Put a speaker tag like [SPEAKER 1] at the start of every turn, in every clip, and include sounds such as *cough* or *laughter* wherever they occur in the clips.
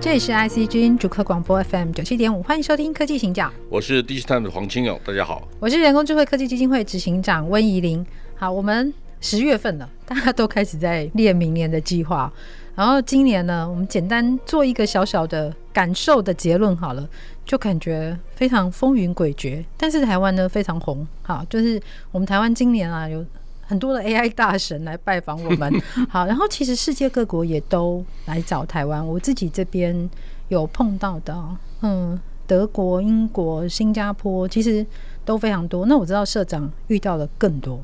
[SPEAKER 1] 这里是 IC 之音主客广播 FM 九七点五，欢迎收听科技行脚，
[SPEAKER 2] 我是 d i g i t i m e 的黄清友，大家好。
[SPEAKER 1] 我是人工智慧科技基金会执行长温怡玲。好，我们十月份了，大家都开始在列明年的计划。然后今年呢，我们简单做一个小小的感受的结论好了，就感觉非常风云诡谲，但是台湾呢非常红。好，就是我们台湾今年啊有很多的 AI 大神来拜访我们。好，然后其实世界各国也都来找台湾，我自己这边有碰到的啊，嗯，德国、英国、新加坡，其实都非常多。那我知道社长遇到的更多，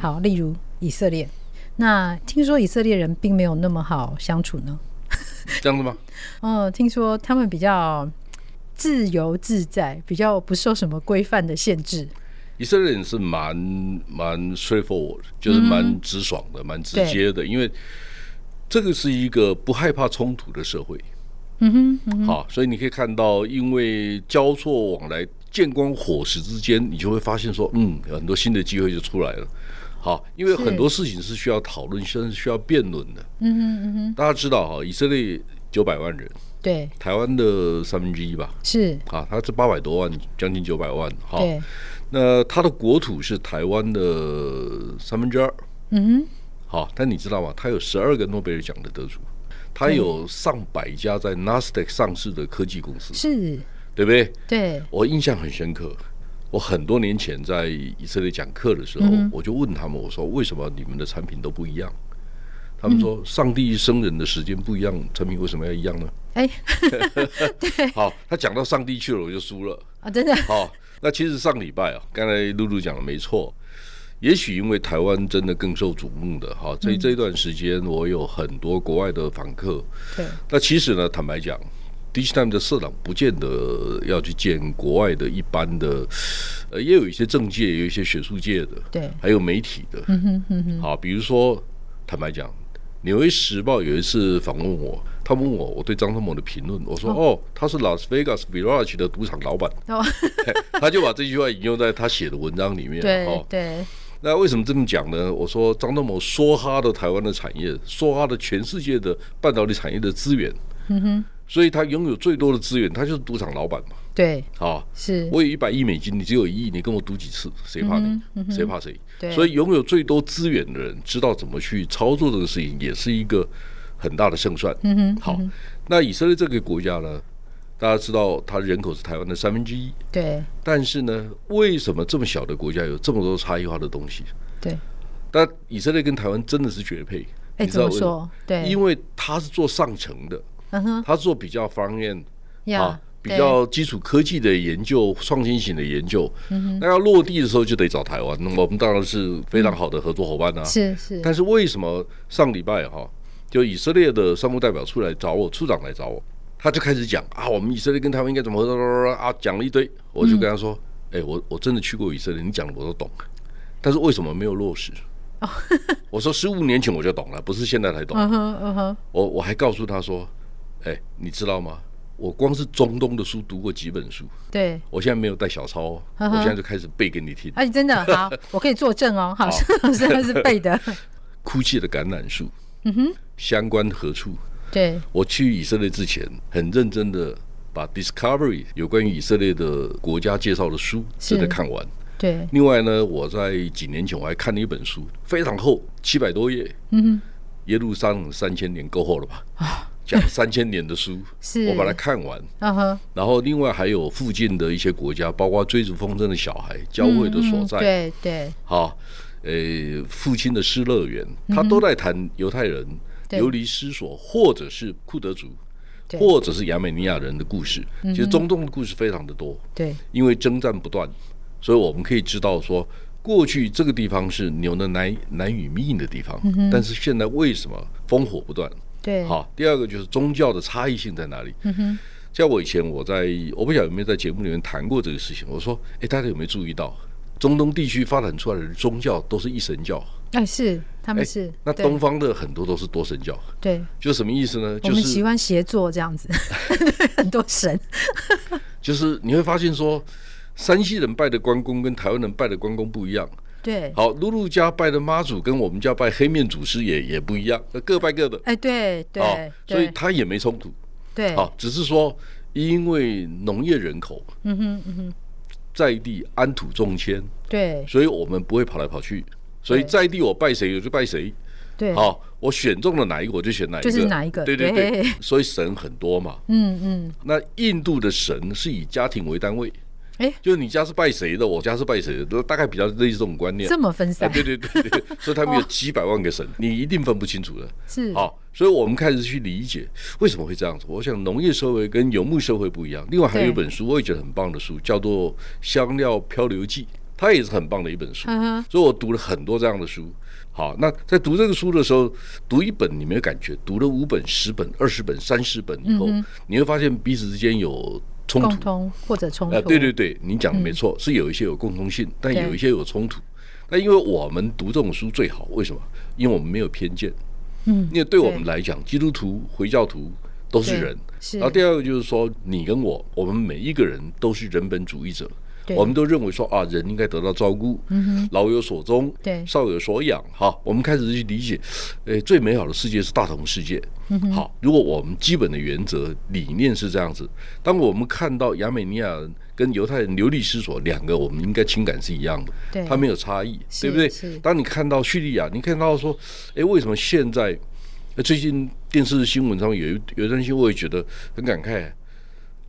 [SPEAKER 1] 好，例如以色列。那听说以色列人并没有那么好相处呢。
[SPEAKER 2] 这样子吗？
[SPEAKER 1] 嗯，听说他们比较自由自在，比较不受什么规范的限制。
[SPEAKER 2] 以色列人是蛮蛮 straightforward，就是蛮直爽
[SPEAKER 1] 嗯
[SPEAKER 2] 的，蛮直接的，因为这个是一个不害怕冲突的社会。
[SPEAKER 1] 嗯哼，
[SPEAKER 2] 好，所以你可以看到，因为交错往来、见光火石之间，你就会发现说，嗯，有很多新的机会就出来了。好，因为
[SPEAKER 1] 是
[SPEAKER 2] 很多事情是需要讨论，甚至需要辩论的。
[SPEAKER 1] 嗯哼，嗯哼，
[SPEAKER 2] 大家知道哈，以色列九百万人，
[SPEAKER 1] 对，
[SPEAKER 2] 台湾的三分之一吧。
[SPEAKER 1] 是，
[SPEAKER 2] 啊，它这八百多万，将近九百万，哈，
[SPEAKER 1] 对，
[SPEAKER 2] 那它的国土是台湾的三分之二。
[SPEAKER 1] 嗯哼，
[SPEAKER 2] 好，但你知道吗？它有十二个诺贝尔奖的得主，它有上百家在 NASDAQ 上市的科技公司，
[SPEAKER 1] 是，
[SPEAKER 2] 对不对？
[SPEAKER 1] 对，
[SPEAKER 2] 我印象很深刻。我很多年前在以色列讲课的时候，我就问他们，我说为什么你们的产品都不一样？他们说，上帝生人的时间不一样，产品为什么要一样呢？
[SPEAKER 1] 哎、
[SPEAKER 2] 好，他讲到上帝去了，我就输了。
[SPEAKER 1] 啊，真的，
[SPEAKER 2] 好，那其实上礼拜啊，刚才露露讲的没错，也许因为台湾真的更受瞩目的哈，
[SPEAKER 1] 嗯
[SPEAKER 2] 这这一段时间我有很多国外的访客，
[SPEAKER 1] 对，
[SPEAKER 2] 那其实呢，坦白讲。d i g i t i m e 的社长不见得要去见国外的一般的，呃，也有一些政界，也有一些学术界的，
[SPEAKER 1] 对，
[SPEAKER 2] 还有媒体的。
[SPEAKER 1] 嗯哼，嗯哼，
[SPEAKER 2] 好，比如说，坦白讲，《纽约时报》有一次访问我，他问我我对张忠谋的评论，我说哦他是 Las Vegas Village 的赌场老板，
[SPEAKER 1] 哦，
[SPEAKER 2] *laughs* 他就把这句话引用在他写的文章里面。
[SPEAKER 1] 对
[SPEAKER 2] 哦，
[SPEAKER 1] 对，
[SPEAKER 2] 那为什么这么讲呢？我说张忠谋说哈的台湾的产业，说哈的全世界的半导体产业的资源，
[SPEAKER 1] 嗯哼，
[SPEAKER 2] 所以他拥有最多的资源，他就是赌场老板嘛。
[SPEAKER 1] 对，
[SPEAKER 2] 啊，
[SPEAKER 1] 是，
[SPEAKER 2] 我有一百亿美金，你只有一亿，你跟我赌几次？谁怕
[SPEAKER 1] 嗯
[SPEAKER 2] 你？谁怕谁？
[SPEAKER 1] 对
[SPEAKER 2] 所以拥有最多资源的人，知道怎么去操作这个事情，也是一个很大的胜算。
[SPEAKER 1] 嗯哼，
[SPEAKER 2] 好，那以色列这个国家呢，大家知道它人口是台湾的三分之一。
[SPEAKER 1] 对，
[SPEAKER 2] 但是呢，为什么这么小的国家有这么多差异化的东西？
[SPEAKER 1] 对，
[SPEAKER 2] 但以色列跟台湾真的是绝配。
[SPEAKER 1] 哎、
[SPEAKER 2] 你知
[SPEAKER 1] 怎
[SPEAKER 2] 道
[SPEAKER 1] 么
[SPEAKER 2] 为什么？
[SPEAKER 1] 说？对，
[SPEAKER 2] 因为它是做上层的，
[SPEAKER 1] 嗯哼，
[SPEAKER 2] 它是做比较方面啊
[SPEAKER 1] 呀，，
[SPEAKER 2] 比
[SPEAKER 1] 对
[SPEAKER 2] 较基础科技的研究、创新型的研究。
[SPEAKER 1] 嗯
[SPEAKER 2] 那要落地的时候就得找台湾，那我们当然是非常好的合作伙伴啊。
[SPEAKER 1] 是是，
[SPEAKER 2] 但是为什么上礼拜哈，就以色列的商务代表处来找我，处长来找我，他就开始讲啊，我们以色列跟他们应该怎么合作啊，讲了一堆，我就跟他说，哎、我我真的去过以色列，你讲的我都懂，但是为什么没有落实？ *laughs* 我说十五年前我就懂了，不是现在才懂。
[SPEAKER 1] 嗯哼，嗯哼，
[SPEAKER 2] 我我还告诉他说，哎、你知道吗？我光是中东的书读过几本书，
[SPEAKER 1] 对。
[SPEAKER 2] 我现在没有带小抄、哦，
[SPEAKER 1] 嗯
[SPEAKER 2] 我
[SPEAKER 1] 哼
[SPEAKER 2] 现在就开始背给你听。
[SPEAKER 1] 而且真的好，我可以作证哦，好，真的是背
[SPEAKER 2] *laughs*
[SPEAKER 1] 的，
[SPEAKER 2] 哭泣的橄榄树，嗯哼，相关何处？
[SPEAKER 1] 对，
[SPEAKER 2] 我去以色列之前，很认真的把 Discovery 有关于以色列的国家介绍的书
[SPEAKER 1] 是
[SPEAKER 2] 真的看完。
[SPEAKER 1] 对，
[SPEAKER 2] 另外呢，我在几年前我还看了一本书，非常厚，七百多页。嗯耶路撒冷三千年够厚了吧？ *laughs* 讲三千年的书，
[SPEAKER 1] 啊 *laughs* 是
[SPEAKER 2] 我把它看完。
[SPEAKER 1] 嗯哼，
[SPEAKER 2] 然后另外还有附近的一些国家，包括追逐风筝的小孩、教会的所在，
[SPEAKER 1] 嗯对对
[SPEAKER 2] 哈、呃，父亲的失乐园，他都在谈犹太人
[SPEAKER 1] 嗯对
[SPEAKER 2] 流离失所，或者是库德族，
[SPEAKER 1] 对嗯
[SPEAKER 2] 或者是亚美尼亚人的故事。其实中东的故事非常的多，
[SPEAKER 1] 对，
[SPEAKER 2] 因为征战不断，所以我们可以知道说，过去这个地方是牛的难难以觅的地
[SPEAKER 1] 嗯
[SPEAKER 2] 方，但是现在为什么烽火不断？
[SPEAKER 1] 对，嗯
[SPEAKER 2] 好，第二个就是宗教的差异性在哪里？像我以前我在，我不晓得有没有在节目里面谈过这个事情。我说，诶，大家有没有注意到，中东地区发展出来的宗教都是一神教，
[SPEAKER 1] 哎，是他们是
[SPEAKER 2] 那
[SPEAKER 1] 对
[SPEAKER 2] 东方的很多都是多神教，
[SPEAKER 1] 对，
[SPEAKER 2] 就什么意思呢？
[SPEAKER 1] 我
[SPEAKER 2] 就
[SPEAKER 1] 们喜
[SPEAKER 2] 是
[SPEAKER 1] 欢协作这样
[SPEAKER 2] *laughs*
[SPEAKER 1] 子，很多神，
[SPEAKER 2] 就是你会发现说，山西人拜的关公跟台湾人拜的关公不一样。
[SPEAKER 1] 对，
[SPEAKER 2] 好，露露家拜的妈祖跟我们家拜黑面祖师也也不一样，各拜各的。
[SPEAKER 1] 哎，对
[SPEAKER 2] 哦
[SPEAKER 1] 对，
[SPEAKER 2] 所以
[SPEAKER 1] 对
[SPEAKER 2] 他也没冲突。
[SPEAKER 1] 对，
[SPEAKER 2] 好，只是说因为农业人口，嗯哼嗯哼，在地安土重迁，
[SPEAKER 1] 对
[SPEAKER 2] 所以我们不会跑来跑去。所以
[SPEAKER 1] 对
[SPEAKER 2] 在地我拜谁我就拜谁，
[SPEAKER 1] 对，
[SPEAKER 2] 好，我选中了哪一个我就选哪一
[SPEAKER 1] 就
[SPEAKER 2] 个，
[SPEAKER 1] 是哪一个
[SPEAKER 2] 对对
[SPEAKER 1] 对
[SPEAKER 2] 对，所以神很多嘛。
[SPEAKER 1] 嗯嗯，
[SPEAKER 2] 那印度的神是以家庭为单位，
[SPEAKER 1] 哎
[SPEAKER 2] 就是你家是拜谁的，我家是拜谁的，都大概比较类似这种观念。
[SPEAKER 1] 这么分
[SPEAKER 2] 哎
[SPEAKER 1] 散
[SPEAKER 2] 对对
[SPEAKER 1] *laughs*
[SPEAKER 2] 对对，所以他们有几百万个神，你一定分不清楚的。
[SPEAKER 1] 是，
[SPEAKER 2] 好，所以我们开始去理解为什么会这样子。我想农业社会跟游牧社会不一样。另外还有一
[SPEAKER 1] 对
[SPEAKER 2] 本书，我也觉得很棒的书，叫做《香料漂流记》，它也是很棒的一本书。
[SPEAKER 1] 嗯哼，
[SPEAKER 2] 所以我读了很多这样的书。好，那在读这个书的时候，读一本你没有感觉，读了五本、十本、二十本、三十本以后，
[SPEAKER 1] 嗯
[SPEAKER 2] 你会发现彼此之间有冲
[SPEAKER 1] 共
[SPEAKER 2] 突。
[SPEAKER 1] 通或者冲
[SPEAKER 2] 啊，
[SPEAKER 1] 突，嗯
[SPEAKER 2] 对对对，你讲的没错，是有一些有共通性，但
[SPEAKER 1] 对
[SPEAKER 2] 有一些有冲突。那因为我们读这种书最好，为什么？因为我们没有偏见。
[SPEAKER 1] 嗯，
[SPEAKER 2] 因为对我们
[SPEAKER 1] 对
[SPEAKER 2] 来讲，基督徒、回教徒都是
[SPEAKER 1] 对
[SPEAKER 2] 人。
[SPEAKER 1] 是
[SPEAKER 2] 然后第二个就是说，你跟我，我们每一个人都是人本主义者，
[SPEAKER 1] 对嗯
[SPEAKER 2] 我们都认为说啊，人应该得到照顾，老有所终，
[SPEAKER 1] 对
[SPEAKER 2] 少有所养。好，我们开始去理解，呃，最美好的世界是大同世界。
[SPEAKER 1] 嗯
[SPEAKER 2] 好，如果我们基本的原则理念是这样子，当我们看到亚美尼亚人跟犹太人流离失所，两个我们应该情感是一样的。
[SPEAKER 1] 对，
[SPEAKER 2] 它没有差异，
[SPEAKER 1] 哎是
[SPEAKER 2] 对不对
[SPEAKER 1] 是？
[SPEAKER 2] 当你看到叙利亚，你看到说，诶，为什么现在呃最近电视新闻上有一有一段新闻，我也觉得很感慨。啊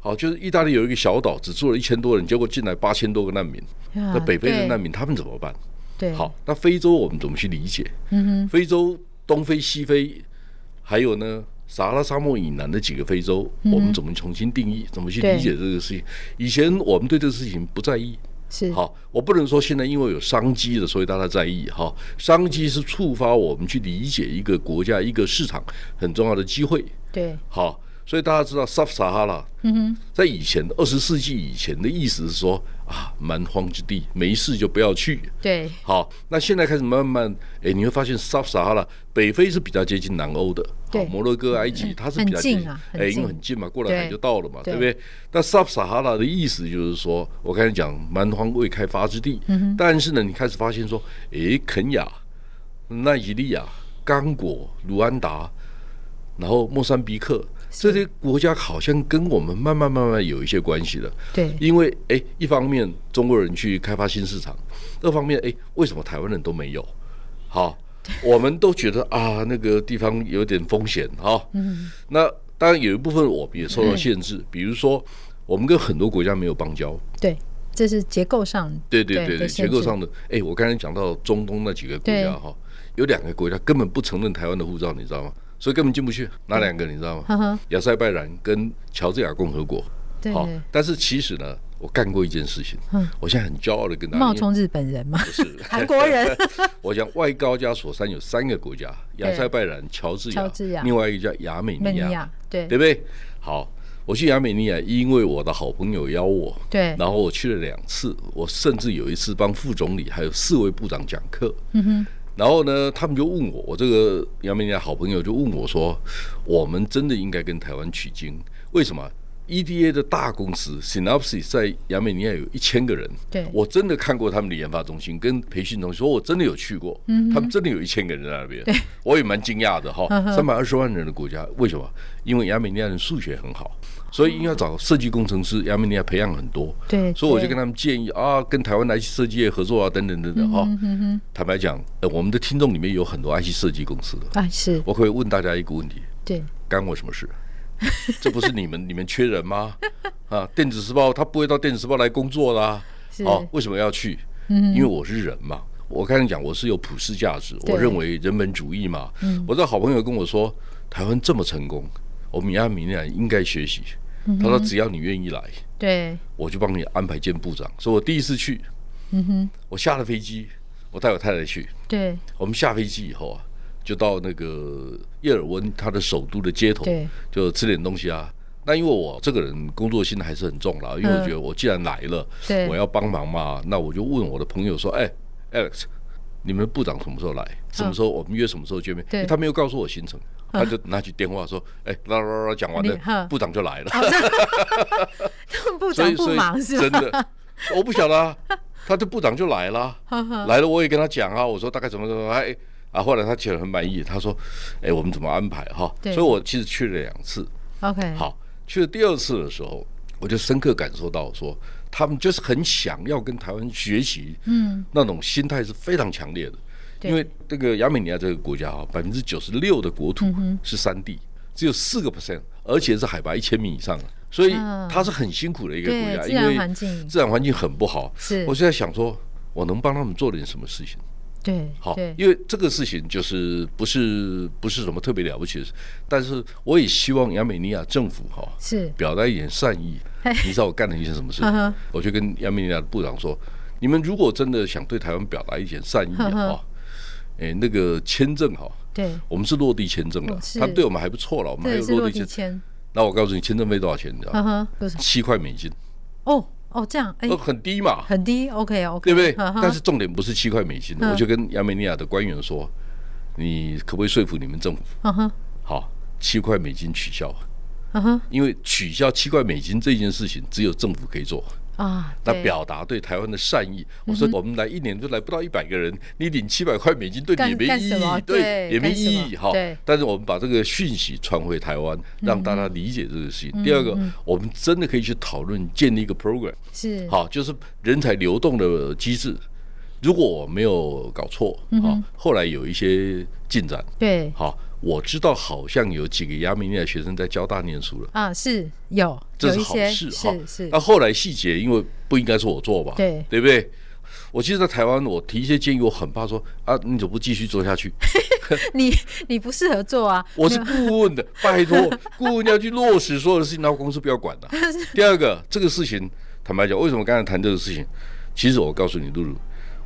[SPEAKER 2] 好，就是意大利有一个小岛，只住了一千多人，结果进来八千多个难民。
[SPEAKER 1] 啊
[SPEAKER 2] 那北非的
[SPEAKER 1] 对
[SPEAKER 2] 难民他们怎么办？
[SPEAKER 1] 对，
[SPEAKER 2] 好，那非洲我们怎么去理解？
[SPEAKER 1] 嗯哼，
[SPEAKER 2] 非洲东非、西非，还有呢撒哈拉沙漠以南的几个非洲，我们怎么重新定义？怎么去
[SPEAKER 1] 嗯对
[SPEAKER 2] 理解这个事情？以前我们对这个事情不在意，
[SPEAKER 1] 是，
[SPEAKER 2] 好，我不能说现在因为有商机了，所以大家在意哈。商机是触发我们去理解一个国家、一个市场很重要的机会。
[SPEAKER 1] 对，
[SPEAKER 2] 好，所以大家知道撒撒哈拉，嗯哼，在以前二十世纪以前的意思是说啊，蛮荒之地，没事就不要去。
[SPEAKER 1] 对，
[SPEAKER 2] 好，那现在开始慢慢，哎，你会发现撒撒哈拉北非是比较接近南欧的，
[SPEAKER 1] 对
[SPEAKER 2] 好摩洛哥、埃及，它是
[SPEAKER 1] 很
[SPEAKER 2] 比较接
[SPEAKER 1] 近
[SPEAKER 2] 近
[SPEAKER 1] 啊，很
[SPEAKER 2] 哎，因
[SPEAKER 1] 近
[SPEAKER 2] 为很近嘛，过了海
[SPEAKER 1] 对
[SPEAKER 2] 就到了嘛，
[SPEAKER 1] 对
[SPEAKER 2] 对不对？那撒撒哈拉的意思就是说，我刚才讲蛮荒未开发之地，
[SPEAKER 1] 嗯
[SPEAKER 2] 但是呢，你开始发现说，哎，肯雅、奈及利亚、刚果、卢安达，然后莫桑比克。这些国家好像跟我们慢慢慢慢有一些关系了，
[SPEAKER 1] 对，
[SPEAKER 2] 因为诶，一方面中国人去开发新市场，二方面诶，为什么台湾人都没有？好，我们都觉得啊，那个地方有点风险哈。嗯，那当然有一部分我们也受到限
[SPEAKER 1] 嗯
[SPEAKER 2] 制，比如说我们跟很多国家没有邦交，
[SPEAKER 1] 对，这是结构上，
[SPEAKER 2] 对对
[SPEAKER 1] 对
[SPEAKER 2] 对
[SPEAKER 1] 被
[SPEAKER 2] 对，
[SPEAKER 1] 限
[SPEAKER 2] 结
[SPEAKER 1] 制
[SPEAKER 2] 构上的。诶，我刚才讲到中东那几个国
[SPEAKER 1] 对
[SPEAKER 2] 家哈，有两个国家根本不承认台湾的护照，你知道吗？所以根本进不去。哪两个你知道
[SPEAKER 1] 呵
[SPEAKER 2] 吗？
[SPEAKER 1] 呵，
[SPEAKER 2] 亚塞拜然跟乔治亚共和国。
[SPEAKER 1] 嗯对
[SPEAKER 2] 好
[SPEAKER 1] 对，，嗯
[SPEAKER 2] 但是其实呢，我干过一件事情，我现在很骄傲的跟大家
[SPEAKER 1] 冒
[SPEAKER 2] 念
[SPEAKER 1] 充日本人嘛，
[SPEAKER 2] 不是
[SPEAKER 1] *laughs* 韩国人，
[SPEAKER 2] 我讲外高加索山有三个国家：亚
[SPEAKER 1] 对
[SPEAKER 2] 塞拜然、乔治亚，
[SPEAKER 1] 乔治亚
[SPEAKER 2] 另 *laughs* 外一个叫亚美
[SPEAKER 1] 美
[SPEAKER 2] 尼
[SPEAKER 1] 尼
[SPEAKER 2] 亚，
[SPEAKER 1] 亚，对
[SPEAKER 2] 对不对？好，我去亚美尼亚，因为我的好朋友邀我，
[SPEAKER 1] 对
[SPEAKER 2] 然后我去了两次，我甚至有一次帮副总理还有四位部长讲课。嗯哼。然后呢，他们就问我，我这个亚美尼亚好朋友就问我说，我们真的应该跟台湾取经？为什么？EDA 的大公司 Synopsys 在亚美尼亚有一千个人，
[SPEAKER 1] 对
[SPEAKER 2] 我真的看过他们的研发中心跟培训中心，说我真的有去过，他们真的有一千个人在那边，我也蛮惊讶的哈，三百二十万人的国家，为什么？因为亚美尼亚人数学很好，所以应该找设计工程师，亚美尼亚培养很多，
[SPEAKER 1] 对，
[SPEAKER 2] 所以我就
[SPEAKER 1] 对
[SPEAKER 2] 跟他们建议啊，跟台湾的 IC 设计业合作啊，等等等等哈。坦白讲，呃我们的听众里面有很多 IC 设计公司的，
[SPEAKER 1] 啊是，
[SPEAKER 2] 我可以问大家一个问题：
[SPEAKER 1] 对
[SPEAKER 2] 干我什么事？ *laughs* 这不是你们你们缺人吗？啊，电子时报他不会到电子时报来工作啦、
[SPEAKER 1] 是，嗯
[SPEAKER 2] 哦，为什么要去？因为我是人嘛。我刚才讲我是有普世价值，
[SPEAKER 1] 对嗯
[SPEAKER 2] 我认为人本主义嘛。我的好朋友跟我说，台湾这么成功，我们亚美尼亚应该学习。
[SPEAKER 1] 嗯
[SPEAKER 2] 他说只要你愿意来，
[SPEAKER 1] 对
[SPEAKER 2] 我就帮你安排见部长。所以我第一次去，
[SPEAKER 1] 嗯
[SPEAKER 2] 我下了飞机，我带我太太去。
[SPEAKER 1] 对
[SPEAKER 2] 我们下飞机以后啊，就到那个耶尔温它的首都的街头，
[SPEAKER 1] 对
[SPEAKER 2] 就吃点东西啊。那因为我这个人工作心还是很重啦，因为我觉得我既然来了，
[SPEAKER 1] 对，
[SPEAKER 2] 我要帮忙嘛，那我就问我的朋友说，哎，Alex，你们部长什么时候来？什么时候我们约什么时候见面？
[SPEAKER 1] 对
[SPEAKER 2] 诶他没有告诉我行程，他就拿起电话说，哎，啦啦啦，讲完
[SPEAKER 1] 你哈
[SPEAKER 2] 了，部长就来了。
[SPEAKER 1] 他 *laughs* 们部
[SPEAKER 2] 所
[SPEAKER 1] 长
[SPEAKER 2] 以
[SPEAKER 1] 不
[SPEAKER 2] 所以
[SPEAKER 1] 忙是
[SPEAKER 2] 真
[SPEAKER 1] 吧？
[SPEAKER 2] 的，我不晓得、啊，他的部长就来了啊，来了我也跟他讲啊，我说大概怎么怎么，哎啊，后来他觉得很满意，他说，哎，我们怎么安排哈、
[SPEAKER 1] 对
[SPEAKER 2] 所以我其实去了两次，
[SPEAKER 1] OK，，
[SPEAKER 2] 好，去了第二次的时候，我就深刻感受到说，他们就是很想要跟台湾学习，
[SPEAKER 1] 嗯，
[SPEAKER 2] 那种心态是非常强烈的。
[SPEAKER 1] 对
[SPEAKER 2] 因为这个亚美尼亚这个国家啊，百分之九十六的国
[SPEAKER 1] 嗯
[SPEAKER 2] 土是山地，只有四个 percent，而且是海拔一千米以上的，所以
[SPEAKER 1] 嗯
[SPEAKER 2] 它是很辛苦的一个国
[SPEAKER 1] 对，
[SPEAKER 2] 家，
[SPEAKER 1] 自
[SPEAKER 2] 因
[SPEAKER 1] 然
[SPEAKER 2] 为
[SPEAKER 1] 环境
[SPEAKER 2] 自然环境很不好。
[SPEAKER 1] 是
[SPEAKER 2] 我，现在想说，我能帮他们做点什么事情？
[SPEAKER 1] 对，
[SPEAKER 2] 好
[SPEAKER 1] 对，，
[SPEAKER 2] 因为这个事情就是不是不是什么特别了不起的事，但是我也希望亚美尼亚政府哈、
[SPEAKER 1] 是，
[SPEAKER 2] 表达一点善意。你知道我干了一件什么事
[SPEAKER 1] 呵呵？
[SPEAKER 2] 我就跟亚美尼亚的部长说：“你们如果真的想对台湾表达一点善意
[SPEAKER 1] 呵呵
[SPEAKER 2] 啊，哎，那个签证哈，
[SPEAKER 1] 对，
[SPEAKER 2] 我们是落地签证了
[SPEAKER 1] 哦，是
[SPEAKER 2] 他们对我们还不错了，我们还
[SPEAKER 1] 对，
[SPEAKER 2] 有
[SPEAKER 1] 是落
[SPEAKER 2] 落地
[SPEAKER 1] 地
[SPEAKER 2] 签。啊
[SPEAKER 1] 签，
[SPEAKER 2] 那我告诉你，签证费多少钱？你知道
[SPEAKER 1] 呵
[SPEAKER 2] 吗？
[SPEAKER 1] 呵，多少？
[SPEAKER 2] 七块美金，
[SPEAKER 1] 哦哦，这样，哎
[SPEAKER 2] 呃，，很低嘛，
[SPEAKER 1] 很低，OK，OK，
[SPEAKER 2] 对不对？
[SPEAKER 1] 呵呵
[SPEAKER 2] 但是重点不是七块美金，
[SPEAKER 1] 嗯
[SPEAKER 2] 我就跟亚美尼亚的官员说，你可不可以说服你们政府，
[SPEAKER 1] 呵呵，
[SPEAKER 2] 好，七块美金取消，
[SPEAKER 1] 呵呵，
[SPEAKER 2] 因为取消七块美金这件事情，只有政府可以做。”
[SPEAKER 1] 啊，
[SPEAKER 2] 那
[SPEAKER 1] 对嗯
[SPEAKER 2] 表达对台湾的善意。我说我们来一年就来不到一百个人，你领七百块美金对你
[SPEAKER 1] 干
[SPEAKER 2] 也没
[SPEAKER 1] 干
[SPEAKER 2] 意
[SPEAKER 1] 什么
[SPEAKER 2] 义，
[SPEAKER 1] 对
[SPEAKER 2] 也没
[SPEAKER 1] 干什么
[SPEAKER 2] 意义哈
[SPEAKER 1] 对。
[SPEAKER 2] 但是我们把这个讯息传回台湾，让大家理解这个事
[SPEAKER 1] 嗯
[SPEAKER 2] 情。第二个，我们真的可以去讨论建立一个 program，
[SPEAKER 1] 是，
[SPEAKER 2] 好，就是人才流动的机制。如果我没有搞错，
[SPEAKER 1] 嗯
[SPEAKER 2] 啊，后来有一些进展，
[SPEAKER 1] 对，
[SPEAKER 2] 好，我知道好像有几个亚美尼亚学生在交大念书了。
[SPEAKER 1] 啊，是有
[SPEAKER 2] 这
[SPEAKER 1] 有
[SPEAKER 2] 是
[SPEAKER 1] 一
[SPEAKER 2] 好哦
[SPEAKER 1] 些
[SPEAKER 2] 事哈
[SPEAKER 1] 是。是
[SPEAKER 2] 那，后来细节，因为不应该是我做吧，
[SPEAKER 1] 对
[SPEAKER 2] 对不对？我其实，在台湾，我提一些建议，我很怕说啊，你怎么不继续做
[SPEAKER 1] *laughs*
[SPEAKER 2] 下去？
[SPEAKER 1] 你你不适合做啊，
[SPEAKER 2] 我是顾问的，拜托，顾问要去落实所有的事情，然后公司不要管
[SPEAKER 1] *laughs*
[SPEAKER 2] 了、第二个，这个事情，坦白讲，为什么刚才谈这个事情？其实我告诉你，露露，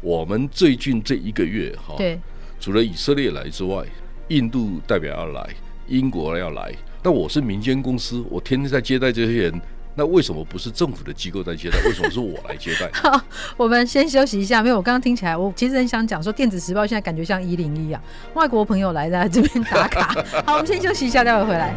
[SPEAKER 2] 我们最近这一个月哈，
[SPEAKER 1] 对，
[SPEAKER 2] 除了以色列来之外，印度代表要来，英国要来。那我是民间公司，我天天在接待这些人，那为什么不是政府的机构在接待？为什么是我
[SPEAKER 1] *laughs*
[SPEAKER 2] 来接待？
[SPEAKER 1] 我们先休息一下，没有，我刚刚听起来，我其实很想讲说，电子时报现在感觉像一零一啊，外国朋友来在这边打卡。好，我们先休息一下，待会回来。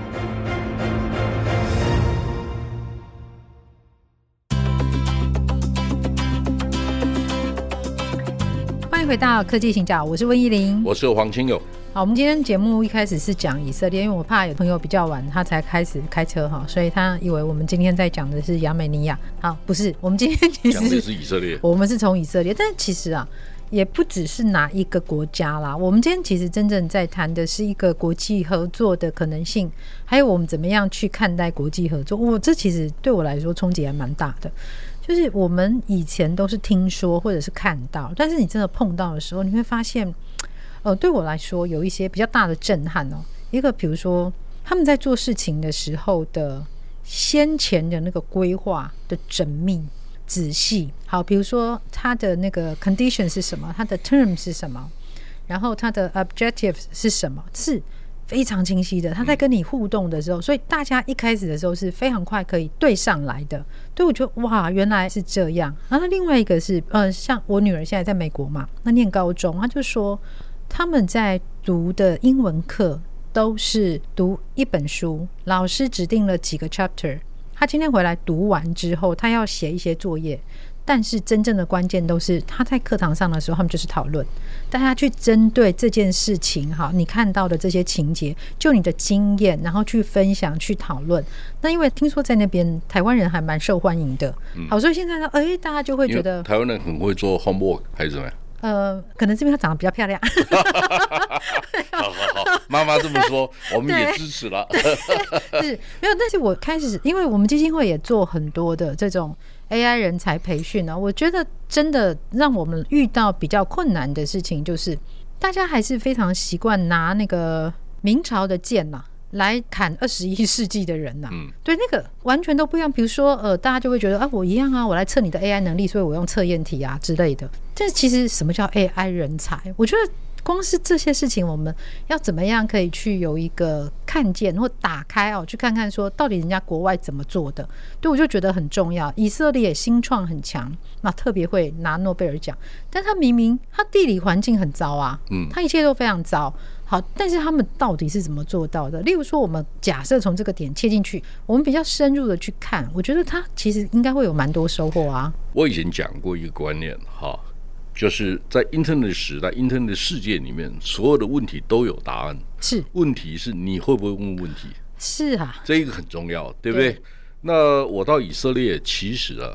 [SPEAKER 1] 欢迎回到科技行脚，我是温依玲，
[SPEAKER 2] 我是黄清友，
[SPEAKER 1] 好，我们今天节目一开始是讲以色列，因为我怕有朋友比较晚，他才开始开车哈，所以他以为我们今天在讲的是亚美尼亚。好，不是，我们今天其
[SPEAKER 2] 讲的
[SPEAKER 1] 实
[SPEAKER 2] 是以色列。
[SPEAKER 1] 我们是从以色列，但其实啊，也不只是哪一个国家啦。我们今天其实真正在谈的是一个国际合作的可能性，还有我们怎么样去看待国际合作。我这其实对我来说冲击还蛮大的。就是我们以前都是听说或者是看到，但是你真的碰到的时候，你会发现，呃，对我来说有一些比较大的震撼哦。一个比如说他们在做事情的时候的先前的那个规划的缜密。仔细好，比如说它的那个 condition 是什么，它的 term 是什么，然后它的 objective 是什么，是非常清晰的。他在跟你互动的时候，所以大家一开始的时候是非常快可以对上来的。对我觉得哇，原来是这样。然后另外一个是，呃，像我女儿现在在美国嘛，那念高中，她就说他们在读的英文课都是读一本书，老师指定了几个 chapter。她今天回来读完之后，她要写一些作业，但是真正的关键都是他在课堂上的时候，他们就是讨论，大家去针对这件事情哈，你看到的这些情节，就你的经验，然后去分享、去讨论。那因为听说在那边台湾人还蛮受欢迎的，好，所以现在呢，哎、大家就会
[SPEAKER 2] 嗯因
[SPEAKER 1] 觉
[SPEAKER 2] 为
[SPEAKER 1] 得，
[SPEAKER 2] 台湾人很会做 homework 还是怎么样？
[SPEAKER 1] 呃，可能这边她长得比较漂亮，
[SPEAKER 2] 好好好，妈妈这么说，我们也
[SPEAKER 1] 对
[SPEAKER 2] 支持了。
[SPEAKER 1] *laughs* 是没有，但是我开始，因为我们基金会也做很多的这种 AI 人才培训呢、我觉得真的让我们遇到比较困难的事情，就是大家还是非常习惯拿那个明朝的剑嘛。来砍二十一世纪的人啊呐、
[SPEAKER 2] 嗯
[SPEAKER 1] 对，那个完全都不一样。比如说，呃，大家就会觉得啊，我一样啊，我来测你的 AI 能力，所以我用测验题啊之类的。但是其实什么叫 AI 人才？我觉得光是这些事情，我们要怎么样可以去有一个看见或打开哦，去看看说到底人家国外怎么做的？对，我就觉得很重要。以色列新创很强，那特别会拿诺贝尔奖，但他明明他地理环境很糟啊，
[SPEAKER 2] 嗯
[SPEAKER 1] 他一切都非常糟。好，但是他们到底是怎么做到的？例如说，我们假设从这个点切进去，我们比较深入的去看，我觉得他其实应该会有蛮多收获啊。
[SPEAKER 2] *laughs* 我以前讲过一个观念哈，就是在 Internet 时代、Internet 世界里面，所有的问题都有答案，
[SPEAKER 1] 是
[SPEAKER 2] 问题是你会不会问问题，
[SPEAKER 1] 是啊，
[SPEAKER 2] 这一个很重要，对不对？
[SPEAKER 1] 对
[SPEAKER 2] 那我到以色列，其实啊，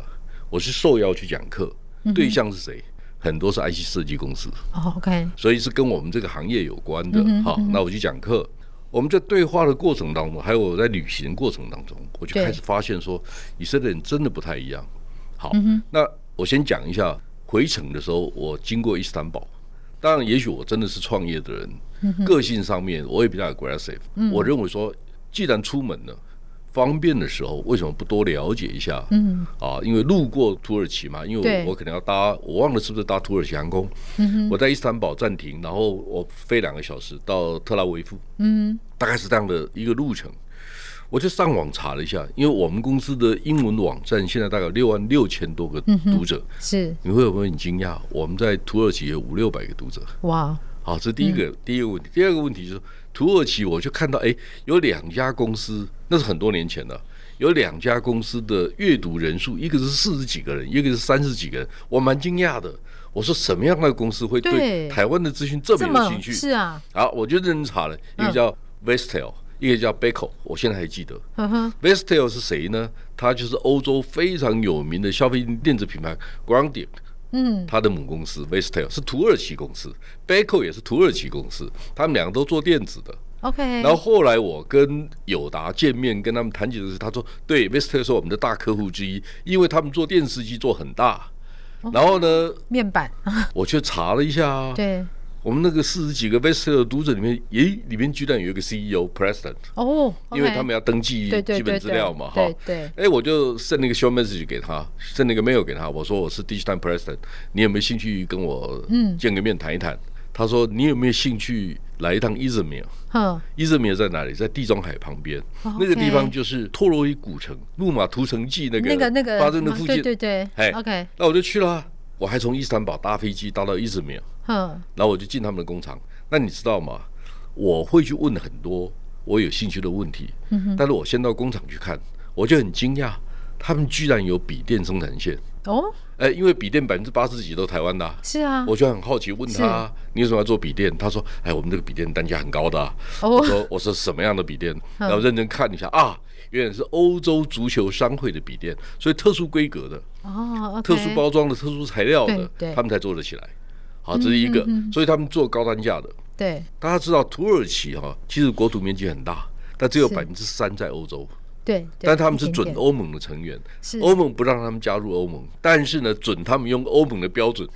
[SPEAKER 2] 我是受邀去讲课，对象是谁？很多是 IC 设计公司，
[SPEAKER 1] 哦，OK，
[SPEAKER 2] 所以是跟我们这个行业有关的。好，那我去讲课。我们在对话的过程当中，还有我在旅行过程当中，我就
[SPEAKER 1] 对
[SPEAKER 2] 开始发现说，以色列人真的不太一样。好，那我先讲一下回程的时候，我经过伊斯坦堡。当然，也许我真的是创业的人，
[SPEAKER 1] 嗯
[SPEAKER 2] 个性上面我也比较 aggressive。我认为说，既然出门了。方便的时候，为什么不多了解一下？嗯，啊，因为路过土耳其嘛，因为
[SPEAKER 1] 对嗯
[SPEAKER 2] 我我可能要搭，我忘了是不是搭土耳其航空。我在伊斯坦堡暂停，然后我飞两个小时到特拉维夫。
[SPEAKER 1] 嗯，
[SPEAKER 2] 大概是这样的一个路程。我就上网查了一下，因为我们公司的英文网站现在大概六万六千多个读者，
[SPEAKER 1] 是
[SPEAKER 2] 你会不会很惊讶？我们在土耳其有五六百个读者。
[SPEAKER 1] 哇，
[SPEAKER 2] 好，这是第一个、第一个问题。第二个问题就是土耳其，我就看到哎，诶有两家公司，那是很多年前了。有两家公司的阅读人数，一个是四十几个人，一个是三十几个人，我蛮惊讶的。我说什么样的公司会
[SPEAKER 1] 对
[SPEAKER 2] 对台湾的资讯这
[SPEAKER 1] 这
[SPEAKER 2] 么有
[SPEAKER 1] 么
[SPEAKER 2] 兴趣？
[SPEAKER 1] 是啊，
[SPEAKER 2] 好，我就认真查了，一个叫 Vestel，、一个叫 Beko，我现在还记得。
[SPEAKER 1] 呵呵，
[SPEAKER 2] Vestel 是谁呢？它就是欧洲非常有名的消费电子品牌 Grounded，
[SPEAKER 1] 嗯，
[SPEAKER 2] 它的母公司 Vestel 是土耳其公司，Beko 也是土耳其公司，他们两个都做电子的。
[SPEAKER 1] OK，
[SPEAKER 2] 然后后来我跟友达见面，跟他们谈起的是，他说对 Vestel 是我们的大客户之一，因为他们做电视机做很大。然后呢，
[SPEAKER 1] 面板，
[SPEAKER 2] 我去查了一下啊，
[SPEAKER 1] 哦对，
[SPEAKER 2] 我们那个四十几个 Vestel 的读者里面，咦，里面居然有一个 CEO Preston，
[SPEAKER 1] 哦，
[SPEAKER 2] 因为他们要登记
[SPEAKER 1] 对对
[SPEAKER 2] 基
[SPEAKER 1] 对
[SPEAKER 2] 本资料嘛，哈
[SPEAKER 1] 对。对，
[SPEAKER 2] 哎，我就 send 了一个 show message 给他，send 了一个 mail 给他，我说我是 Digital President，你有没有兴趣跟我
[SPEAKER 1] 嗯
[SPEAKER 2] 见个面谈一谈？他说你有没有兴趣来一趟伊兹密尔？
[SPEAKER 1] 哼，
[SPEAKER 2] 伊兹密尔在哪里？在地中海旁边
[SPEAKER 1] 哦 OK
[SPEAKER 2] 那个地方就是托洛伊古城、路马屠城记那个
[SPEAKER 1] 那个那个
[SPEAKER 2] 发生的附
[SPEAKER 1] 对
[SPEAKER 2] 近。
[SPEAKER 1] 对对，
[SPEAKER 2] 哎
[SPEAKER 1] o k
[SPEAKER 2] 那我就去了啊，我还从伊斯坦堡搭飞机搭到伊兹密尔，
[SPEAKER 1] 哼，
[SPEAKER 2] 然后我就进他们的工厂。那你知道吗？我会去问很多我有兴趣的问题，
[SPEAKER 1] 嗯
[SPEAKER 2] 但是我先到工厂去看，我就很惊讶，他们居然有笔电生产线。
[SPEAKER 1] 哦，
[SPEAKER 2] 哎、因为笔电百分之八十几都台湾的啊、
[SPEAKER 1] 是啊，
[SPEAKER 2] 我就很好奇问他，你为什么要做笔电？他说，哎，我们这个笔电单价很高的啊、我
[SPEAKER 1] 哦，
[SPEAKER 2] 说，我说什么样的笔电？
[SPEAKER 1] 嗯
[SPEAKER 2] 然后认真看一下啊，原来是欧洲足球商会的笔电，所以特殊规格的。
[SPEAKER 1] 哦，OK，
[SPEAKER 2] 特殊包装的、特殊材料的
[SPEAKER 1] 对对，嗯
[SPEAKER 2] 他们才做得起来。好，这是一个，所以他们做高单价的。
[SPEAKER 1] 对
[SPEAKER 2] 大家知道，土耳其哈、其实国土面积很大，但只有
[SPEAKER 1] 是
[SPEAKER 2] 百分之三在欧洲，
[SPEAKER 1] 对，
[SPEAKER 2] 但他们是
[SPEAKER 1] 一
[SPEAKER 2] 准
[SPEAKER 1] 点点
[SPEAKER 2] 欧盟的哦成员，
[SPEAKER 1] 是
[SPEAKER 2] 欧盟不让他们加入欧盟，但是呢，准他们用欧盟的标准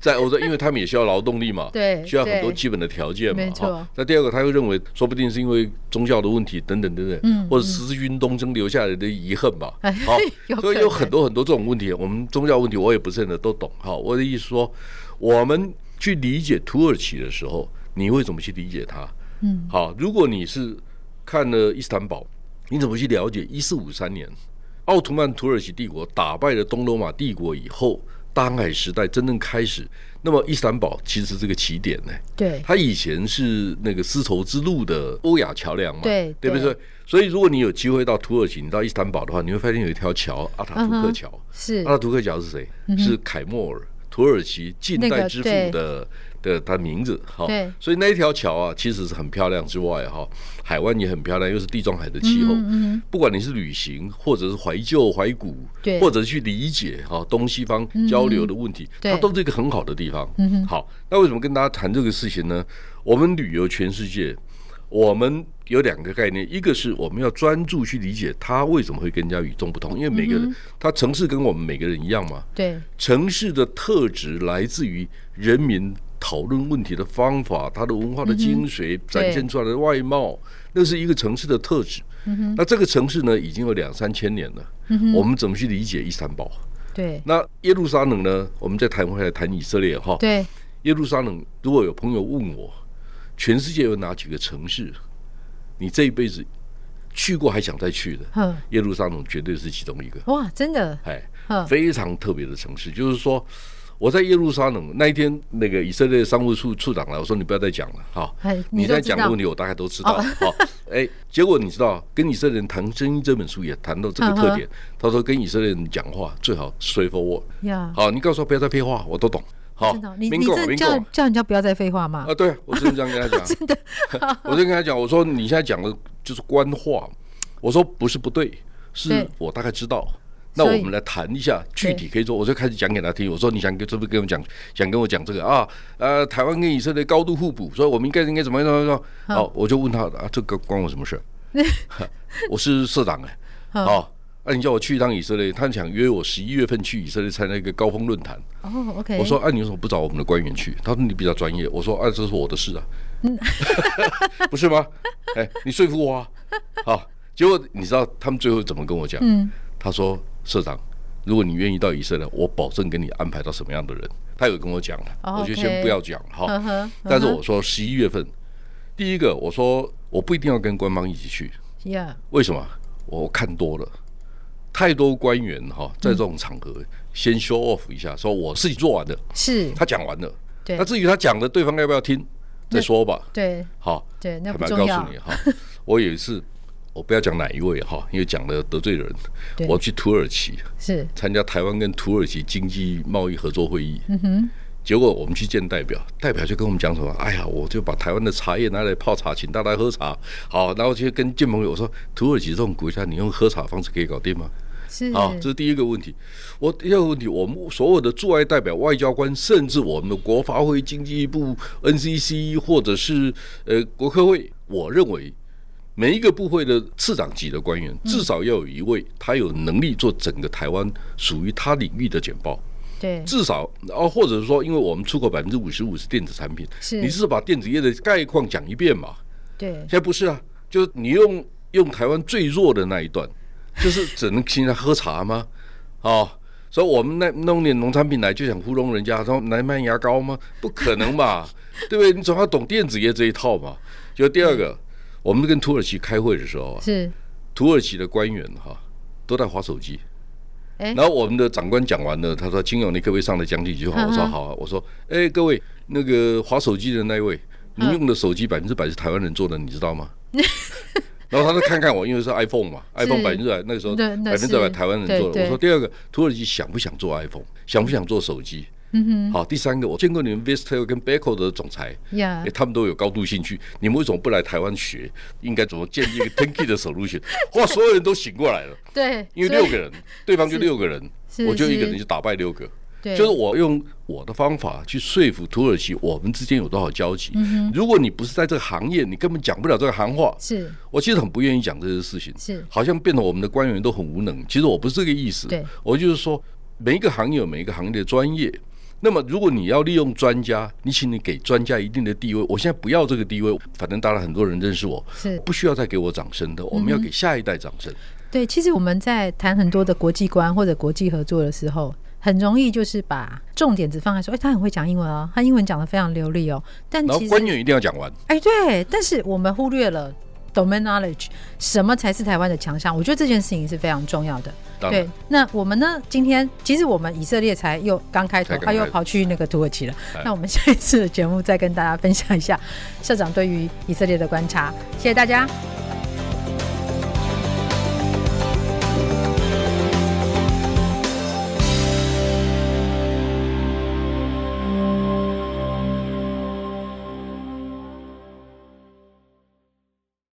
[SPEAKER 2] 在欧洲，因为他们也需要劳动力嘛，
[SPEAKER 1] *laughs* 对
[SPEAKER 2] 需要很多
[SPEAKER 1] 对
[SPEAKER 2] 基本的条件嘛
[SPEAKER 1] 没，错
[SPEAKER 2] 哈。那第二个，他又认为说不定是因为宗教的问题等等等等，
[SPEAKER 1] 嗯
[SPEAKER 2] 或者十字军东征留下来的遗恨吧，
[SPEAKER 1] 哎
[SPEAKER 2] 好
[SPEAKER 1] 有，
[SPEAKER 2] 所以
[SPEAKER 1] 可
[SPEAKER 2] 有
[SPEAKER 1] 能
[SPEAKER 2] 很多很多这种问题，我们宗教问题我也不是很都懂哈。我的意思说，我们去理解土耳其的时候，你会怎么去理解它？
[SPEAKER 1] 嗯，
[SPEAKER 2] 好，如果你是看了伊斯坦堡，你怎么去了解一四五三年奥图曼土耳其帝国打败了东罗马帝国以后，大航海时代真正开始？那么伊斯坦堡其实是个起点呢、
[SPEAKER 1] 对
[SPEAKER 2] 它以前是那个丝绸之路的欧亚桥梁嘛，
[SPEAKER 1] 对
[SPEAKER 2] 对不
[SPEAKER 1] 对
[SPEAKER 2] 对？所以如果你有机会到土耳其，你到伊斯坦堡的话，你会发现有一条桥——阿塔图
[SPEAKER 1] 嗯
[SPEAKER 2] 克
[SPEAKER 1] 哼嗯
[SPEAKER 2] 桥。
[SPEAKER 1] 是
[SPEAKER 2] 阿塔图克桥是谁？是凯末尔，土耳其近代之父
[SPEAKER 1] 那个对
[SPEAKER 2] 的的他名字哈
[SPEAKER 1] 对。
[SPEAKER 2] 所以那一条桥啊，其实是很漂亮之外哈，海湾也很漂亮，又是地中海的气候。
[SPEAKER 1] 嗯嗯
[SPEAKER 2] 不管你是旅行，或者是怀旧、怀古
[SPEAKER 1] 对，嗯
[SPEAKER 2] 或者去理解哈东西方交流的问题，
[SPEAKER 1] 对
[SPEAKER 2] 它都是一个很好的地方。
[SPEAKER 1] 嗯哼
[SPEAKER 2] 好，那为什么跟大家谈这个事情呢？我们旅游全世界，我们有两个概念，一个是我们要专注去理解它为什么会跟人家与众不同，因为每个人、
[SPEAKER 1] 嗯
[SPEAKER 2] 它城市跟我们每个人一样嘛，
[SPEAKER 1] 对
[SPEAKER 2] 城市的特质来自于人民讨论问题的方法，它的文化的精髓、展现出来的外貌，那是一个城市的特质。那这个城市呢，已经有两三千年了，我们怎么去理解伊斯坦堡？
[SPEAKER 1] 对
[SPEAKER 2] 那耶路撒冷呢？我们再谈回来谈以色列哈。
[SPEAKER 1] 对
[SPEAKER 2] 耶路撒冷，如果有朋友问我，全世界有哪几个城市，你这一辈子去过还想再去的，
[SPEAKER 1] 哼，
[SPEAKER 2] 耶路撒冷绝对是其中一个。
[SPEAKER 1] 嗯哇，真的，嗯
[SPEAKER 2] 哎，
[SPEAKER 1] 哼，
[SPEAKER 2] 非常特别的城市。就是说，我在耶路撒冷那一天，那个以色列商务处处长来，我说你不要再讲了，哈。
[SPEAKER 1] 哎，
[SPEAKER 2] 你
[SPEAKER 1] 都
[SPEAKER 2] 在
[SPEAKER 1] 知
[SPEAKER 2] 讲的
[SPEAKER 1] 道
[SPEAKER 2] 问题，我大概都知道。好，
[SPEAKER 1] *laughs*
[SPEAKER 2] 哎，结果你知道，跟以色列人谈《真经》这本书也谈到这个特点。
[SPEAKER 1] 嗯
[SPEAKER 2] 他说，跟以色列人讲话最好 straightforward。
[SPEAKER 1] 呀，
[SPEAKER 2] 好，你告诉我不要再废话，我都懂。好
[SPEAKER 1] 真的哦，，你
[SPEAKER 2] 民
[SPEAKER 1] 你
[SPEAKER 2] 共
[SPEAKER 1] 这
[SPEAKER 2] 民
[SPEAKER 1] 叫
[SPEAKER 2] 共
[SPEAKER 1] 叫人家不要再废话嘛
[SPEAKER 2] 啊，，对，我真的这样跟他讲， *laughs* 真的，我就跟他讲，我说你现在讲的就是官话，我说不是不对，是
[SPEAKER 1] 对
[SPEAKER 2] 我大概知道。那
[SPEAKER 1] 所
[SPEAKER 2] 我
[SPEAKER 1] 以
[SPEAKER 2] 们来谈一下具体可以做，我就开始讲给他听。我说你想跟这不跟我讲，想跟我讲这个啊？呃，台湾跟以色列高度互补，所以我们应该应该怎么样怎么样？
[SPEAKER 1] 嗯
[SPEAKER 2] 好，我就问他啊，这个关我什么 *laughs* 事？我是社长哎、
[SPEAKER 1] 嗯
[SPEAKER 2] 哦，那、你叫我去一趟以色列，他想约我十一月份去以色列参加一个高峰论坛。
[SPEAKER 1] 哦，OK，
[SPEAKER 2] 我说：“啊，你为什么不找我们的官员去？”他说：“你比较专业。”我说：“啊，这是我的事啊，
[SPEAKER 1] 嗯
[SPEAKER 2] *laughs* 不是吗？哎，你说服我啊！”好，结果你知道他们最后怎么跟我讲？
[SPEAKER 1] 嗯，
[SPEAKER 2] 他说：“社长，如果你愿意到以色列，我保证给你安排到什么样的人。”他有跟我讲了，
[SPEAKER 1] 哦
[SPEAKER 2] 我就
[SPEAKER 1] OK 嗯
[SPEAKER 2] 先不要讲了
[SPEAKER 1] 呵
[SPEAKER 2] 哈。
[SPEAKER 1] 呵，
[SPEAKER 2] 但是我说十一月份，第一个我说我不一定要跟官方一起去，
[SPEAKER 1] 呀，
[SPEAKER 2] 为什么？我看多了，太多官员哈，在这种场合先 show off 一下，说我自己做完的，
[SPEAKER 1] 是，
[SPEAKER 2] 他讲完了。
[SPEAKER 1] 对
[SPEAKER 2] 那，至于他讲的对方要不要听，再说吧。
[SPEAKER 1] 对
[SPEAKER 2] 好，
[SPEAKER 1] 对，那
[SPEAKER 2] 坦
[SPEAKER 1] 不
[SPEAKER 2] 白
[SPEAKER 1] 重
[SPEAKER 2] 告
[SPEAKER 1] 要
[SPEAKER 2] 诉你，啊哈，我有一次，我不要讲哪一位哈，因为讲了得罪人
[SPEAKER 1] 对。
[SPEAKER 2] 我去土耳其
[SPEAKER 1] 是，
[SPEAKER 2] 参加台湾跟土耳其经济贸易合作会议，
[SPEAKER 1] 嗯哼，
[SPEAKER 2] 结果我们去见代表，代表就跟我们讲什么，哎呀，我就把台湾的茶叶拿来泡茶，请大家喝茶。好，然后就跟见朋友我说，土耳其这种国家，你用喝茶方式可以搞定吗？
[SPEAKER 1] 是，
[SPEAKER 2] 好，啊这是第一个问题。我第二个问题，我们所有的驻外代表、外交官，甚至我们的国发会、经济部、NCC 或者是呃国科会，我认为每一个部会的次长级的官员，至少要有一位他有能力做整个台湾属于他领域的简报。
[SPEAKER 1] 对，
[SPEAKER 2] 至少，然后或者是说，因为我们出口百分之五十五是电子产品，
[SPEAKER 1] 是
[SPEAKER 2] 你是把电子业的概况讲一遍嘛？
[SPEAKER 1] 对，
[SPEAKER 2] 现在不是啊，就是你用用台湾最弱的那一段，就是只能请他喝茶吗？哦，所以我们那弄点农产品来就想糊弄人家，说来卖牙膏吗？不可能嘛，对不对？你总要懂电子业这一套嘛。就第二个，我们跟土耳其开会的时候啊，
[SPEAKER 1] 是，
[SPEAKER 2] 土耳其的官员哈、都在划手机。
[SPEAKER 1] 哎
[SPEAKER 2] 然，后我们的长官讲完了，他说：“金勇，你可不可以上来讲几句话？”我说：“
[SPEAKER 1] 嗯哼
[SPEAKER 2] 好啊。”我说：“哎，各位，那个划手机的那一位，
[SPEAKER 1] 嗯
[SPEAKER 2] 您用的手机百分之百是台湾人做的，你
[SPEAKER 1] *laughs*
[SPEAKER 2] 知道吗？”然后他就看看我，因为是 iPhone 嘛，iPhone 百分之百那个时候
[SPEAKER 1] 那那
[SPEAKER 2] 百
[SPEAKER 1] 是
[SPEAKER 2] 分之百台湾人做
[SPEAKER 1] 对
[SPEAKER 2] 的。
[SPEAKER 1] 对
[SPEAKER 2] 我说第二个，土耳其想不想做 iPhone，想不想做手机？
[SPEAKER 1] 嗯
[SPEAKER 2] 好，第三个，我见过你们 Vistel 跟 Beko 的总裁，
[SPEAKER 1] 哼，呀
[SPEAKER 2] 哎，，他们都有高度兴趣，你们为什么不来台湾学？应该怎么建立一个 Tanky
[SPEAKER 1] *laughs*
[SPEAKER 2] 的 solution？哇，所有人都醒过来了。
[SPEAKER 1] 对，
[SPEAKER 2] 因为
[SPEAKER 1] 所以
[SPEAKER 2] 六个人，对方就六个人
[SPEAKER 1] 是，
[SPEAKER 2] 我就一个
[SPEAKER 1] 是
[SPEAKER 2] 人就打败六个。
[SPEAKER 1] 对，
[SPEAKER 2] 就是我用我的方法去说服土耳其，我们之间有多少交集。
[SPEAKER 1] 嗯
[SPEAKER 2] 如果你不是在这个行业，你根本讲不了这个行话。
[SPEAKER 1] 是
[SPEAKER 2] 我其实很不愿意讲这些事情，
[SPEAKER 1] 是
[SPEAKER 2] 好像变得我们的官员都很无能。其实我不是这个意思
[SPEAKER 1] 对，
[SPEAKER 2] 我就是说每一个行业有每一个行业的专业。那么，如果你要利用专家，你请你给专家一定的地位。我现在不要这个地位，反正大家很多人认识我，
[SPEAKER 1] 是，
[SPEAKER 2] 不需要再给我掌声的。我
[SPEAKER 1] 嗯
[SPEAKER 2] 们要给下一代掌声。
[SPEAKER 1] 对，其实我们在谈很多的国际观或者国际合作的时候，很容易就是把重点只放在说，哎，他很会讲英文哦，他英文讲得非常流利哦。但
[SPEAKER 2] 然后
[SPEAKER 1] 其
[SPEAKER 2] 官
[SPEAKER 1] 实，
[SPEAKER 2] 员一定要讲完。
[SPEAKER 1] 哎，对，但是我们忽略了 domain knowledge，什么才是台湾的强项？我觉得这件事情是非常重要的。
[SPEAKER 2] 当然
[SPEAKER 1] 对，那我们呢？今天其实我们以色列才又刚开头
[SPEAKER 2] 才，刚
[SPEAKER 1] 他又
[SPEAKER 2] 开头
[SPEAKER 1] 跑去那个土耳其了
[SPEAKER 2] 哎。
[SPEAKER 1] 那我们下一次的节目再跟大家分享一下社长对于以色列的观察。谢谢大家，